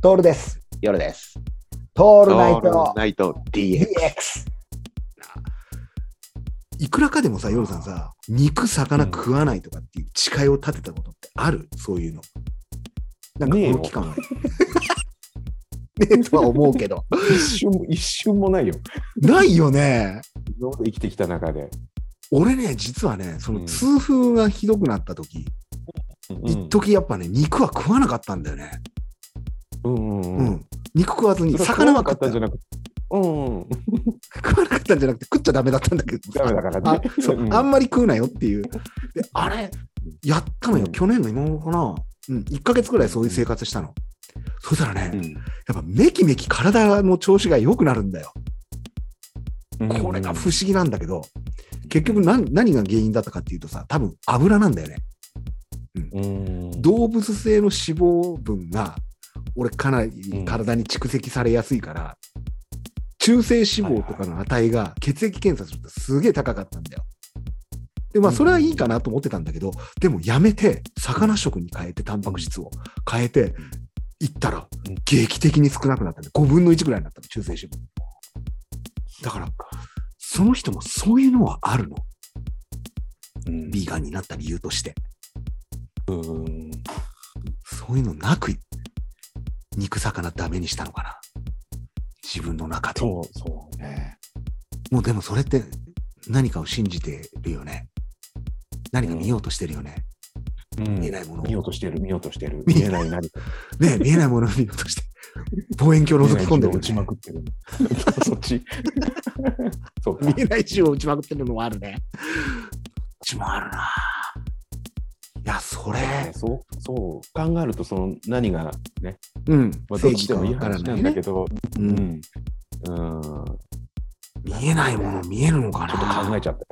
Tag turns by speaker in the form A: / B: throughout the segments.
A: トールです。
B: 夜です。
A: ト
B: オ
A: ールナイト
B: ナイト DX。
A: DX。いくらかでもさ、夜さんさ、肉、魚
B: うん
A: 食わないとかっていう誓いを立てたことってあるそういうの。なんかこ
B: ねえ
A: の
B: よ
A: 期 間は。ねえとは思うけど。
B: 一瞬も、一瞬もないよ。
A: ないよね。
B: 今まで生きてきた中で。
A: 俺ね、実はね、そうの
B: ん
A: 痛風がひどくなった時、一
B: 一
A: 時やっぱね、肉は食わなかったんだよね。
B: うんうん
A: う
B: うん。
A: ん。肉食わずに、
B: それ
A: 魚は食
B: 怖か
A: っ
B: った
A: た
B: んじゃ。なくて。うんうん。
A: 食わなかったんじゃなくて、食っちゃダメだったんだけどさ
B: ダメだから
A: あ
B: ね。
A: そう、
B: うん
A: あんまり食うなよっていう。であれ、やったのよ、
B: うん
A: 去年の今頃かな。うん、1ヶ月くらいそういう生活したの。そしたらね、
B: うん
A: やっぱめきめき体の調子が良くなるんだよ。
B: うんうん
A: これが不思議なんだけど、結局何何が原因だったかっていうとさ、多分油なんだよね。
B: うん。
A: 動物性の脂肪分が、俺かなり体に蓄積されやすいから、中性脂肪とかの値が血液検査するとすげえ高かったんだよ。で、まあそれはいいかなと思ってたんだけど、でもやめて、魚食に変えて、タンパク質を変えて、行ったら
B: うん、
A: 劇的に少なくなったんで、5分の1ぐらいになったの、中性脂肪。だから、その人もそういうのはあるの。
B: うん
A: ビーガンになった理由として。
B: うん。
A: そういうのなく、肉魚ダメにしたのかな。自分の中で。
B: そうそうね。
A: もうでもそれって何かを信じてるよね。何か見ようとしてるよね。
B: うん
A: 見えないものを
B: 見ようとしてる、見ようとしてる。
A: 見
B: 見
A: え
B: えない何か。
A: ねえ見えないものを見ようとして。望遠鏡を覗き込んでるよ
B: 落ちま
A: ね。
B: くってる。 そっち。 そうか
A: 見えない銃を打ちまくってるのもあるね。どっちもあるな。いや、それ、
B: ねそうそう考えるとその何がね、
A: うん、
B: まあ、ど
A: 正
B: っ
A: 義
B: ちで
A: か
B: もいい
A: わから
B: 話
A: な
B: ないんだ
A: ね
B: け。ど、
A: う
B: うんん、うん、ちょっ
A: 見えないもの見えるのかな。
B: と考えちゃった。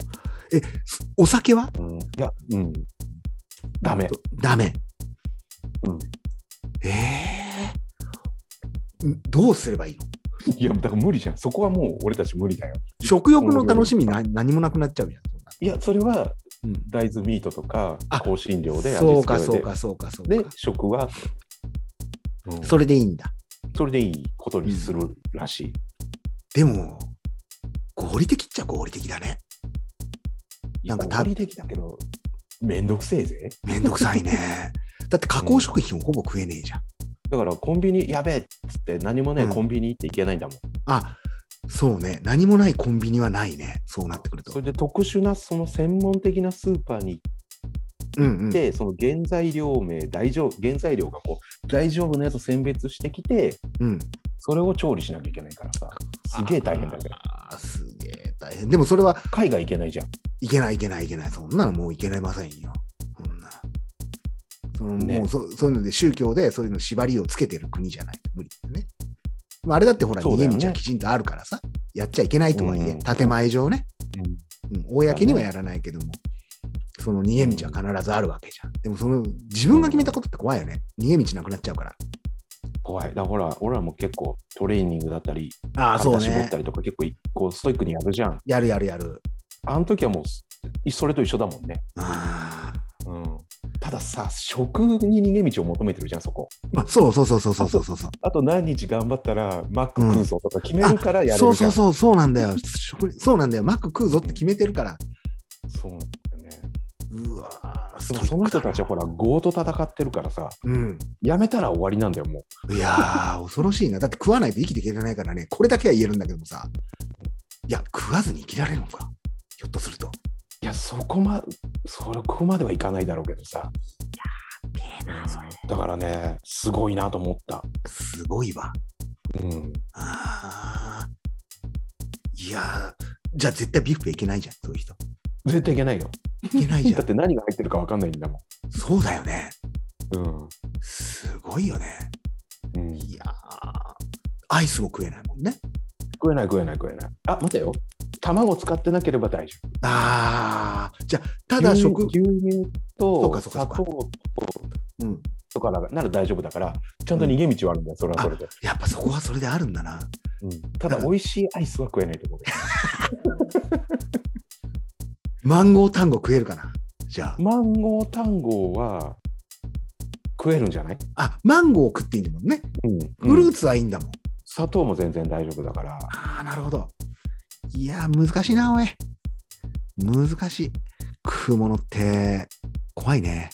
A: お酒は
B: うん、いや、うん、ダメ。
A: ダメ。
B: うん。
A: ええんどうすればいいの
B: いや、だから無理じゃん。そこはもう俺たち無理だよ。
A: 食欲の楽しみな何もなくなっちゃうじゃん。そんない
B: や、それは
A: うん
B: 大豆ミートとか
A: あ
B: 香辛料で
A: そ
B: 味
A: う
B: 付
A: か、
B: け
A: そう
B: で
A: か、そうか、そうか。
B: で食は、うん
A: それでいいんだ。
B: それでいいことにするらしい。
A: でも、合理的っちゃ合理的だね。
B: い
A: な
B: や
A: んか
B: 合理的だけど、めんどくせえぜ。
A: めんどくさい ね。だって加工食品ほぼ食えねえじゃん。
B: だからコンビニやべえっつって何もね、
A: うん
B: コンビニ行っていけないんだもん。
A: あ、そうね。何もないコンビニはないね。そうなってくる
B: そ
A: と。
B: れで特殊なその専門的なスーパーに行
A: うんう
B: っ
A: ん。
B: て、その原材料名大丈夫原材料がこう大丈夫なやつを選別してきて
A: うん、
B: それを調理しなきゃいけないからさすげえ大変だけど
A: あー。すげえ大変。でもそれは、
B: 海外行けないじゃん
A: いけないいけないいけない。そんなのもういけれませんよ。そんな。その
B: ね
A: もうそそういうので、宗教でそういうの縛りをつけてる国じゃないと無理だよね。まあ、あれだってほら、
B: そう
A: 逃
B: だ
A: げ
B: よね
A: 道はきちんとあるからさ、やっちゃいけないとはいえ、
B: うん
A: 建前上ね、うん、公にはやらないけども、その逃げ道は必ずあるわけじゃん。でも、その自分が決めたことって怖いよね。逃げ道なくなっちゃうから。
B: 怖いだからほら俺らも結構トレーニングだったり
A: ああ、そう
B: 体絞っ
A: ね
B: た。りとか結構こうストイックにやるじゃん
A: やるやるやる。
B: あの時はもうそれと一緒だもんね、
A: あー
B: うん、たださ食に逃げ道を求めてるじゃんそこ
A: まあ、そうそうそうそうそうそうそう。
B: あと何日頑張ったらマック食うぞとか決めるからやれるじゃ
A: そ
B: ん、
A: うそうそう、そうなんだよ。食そうなんだよ。マック食うぞって決めてるから、
B: そうなんだよね
A: うわぁ
B: でもその人たちはほら、強と戦ってるからさ、
A: うん。
B: やめたら終わりなんだよ、も
A: いやー、恐ろしいな。だって食わないと生きていけられないからね、これだけは言えるんだけどもさ、いや、食わずに生きられるのか。ひょっとすると。
B: う。いや、そこま、そこまではいかないだろうけどさ。うんだからね、すごいなと思った。
A: すごいわ。
B: うん。
A: あーいやー、じゃあ絶対ビュッフェいけないじゃん、そういう人。
B: 絶対いけないよ。
A: いけないじゃ
B: だっ
A: ん。
B: て何が入ってるかわかんないんだも
A: そうだよね。
B: ん。
A: すごいよね。
B: うん。うん、
A: いやー、アイスも食えないもんね。
B: 食えない食えない食えない。あ、待てよ。卵使ってなければ大丈夫。
A: あー、じゃあ、ただ
B: 牛
A: 食、
B: 牛乳
A: そうか
B: と
A: そうかそ
B: 砂
A: うか
B: 糖
A: うん、
B: とかなら大丈夫だから、ちゃんと逃げ道はあるんだよ、それはそれで。
A: やっぱそこはそれであるんだな。
B: うん、ただ、美味しいアイスは食えないと思う。
A: マンゴー単語食えるかなじゃあ。
B: マンゴー単語は食えるんじゃない、
A: あ、マンゴーを食っていいんだもんね。
B: うん
A: フルーツはいいんだもん。
B: 砂糖も全然大丈夫だから
A: ああ、なるほど。いやー、難しいな、おい。難しい。食うものって、怖いね。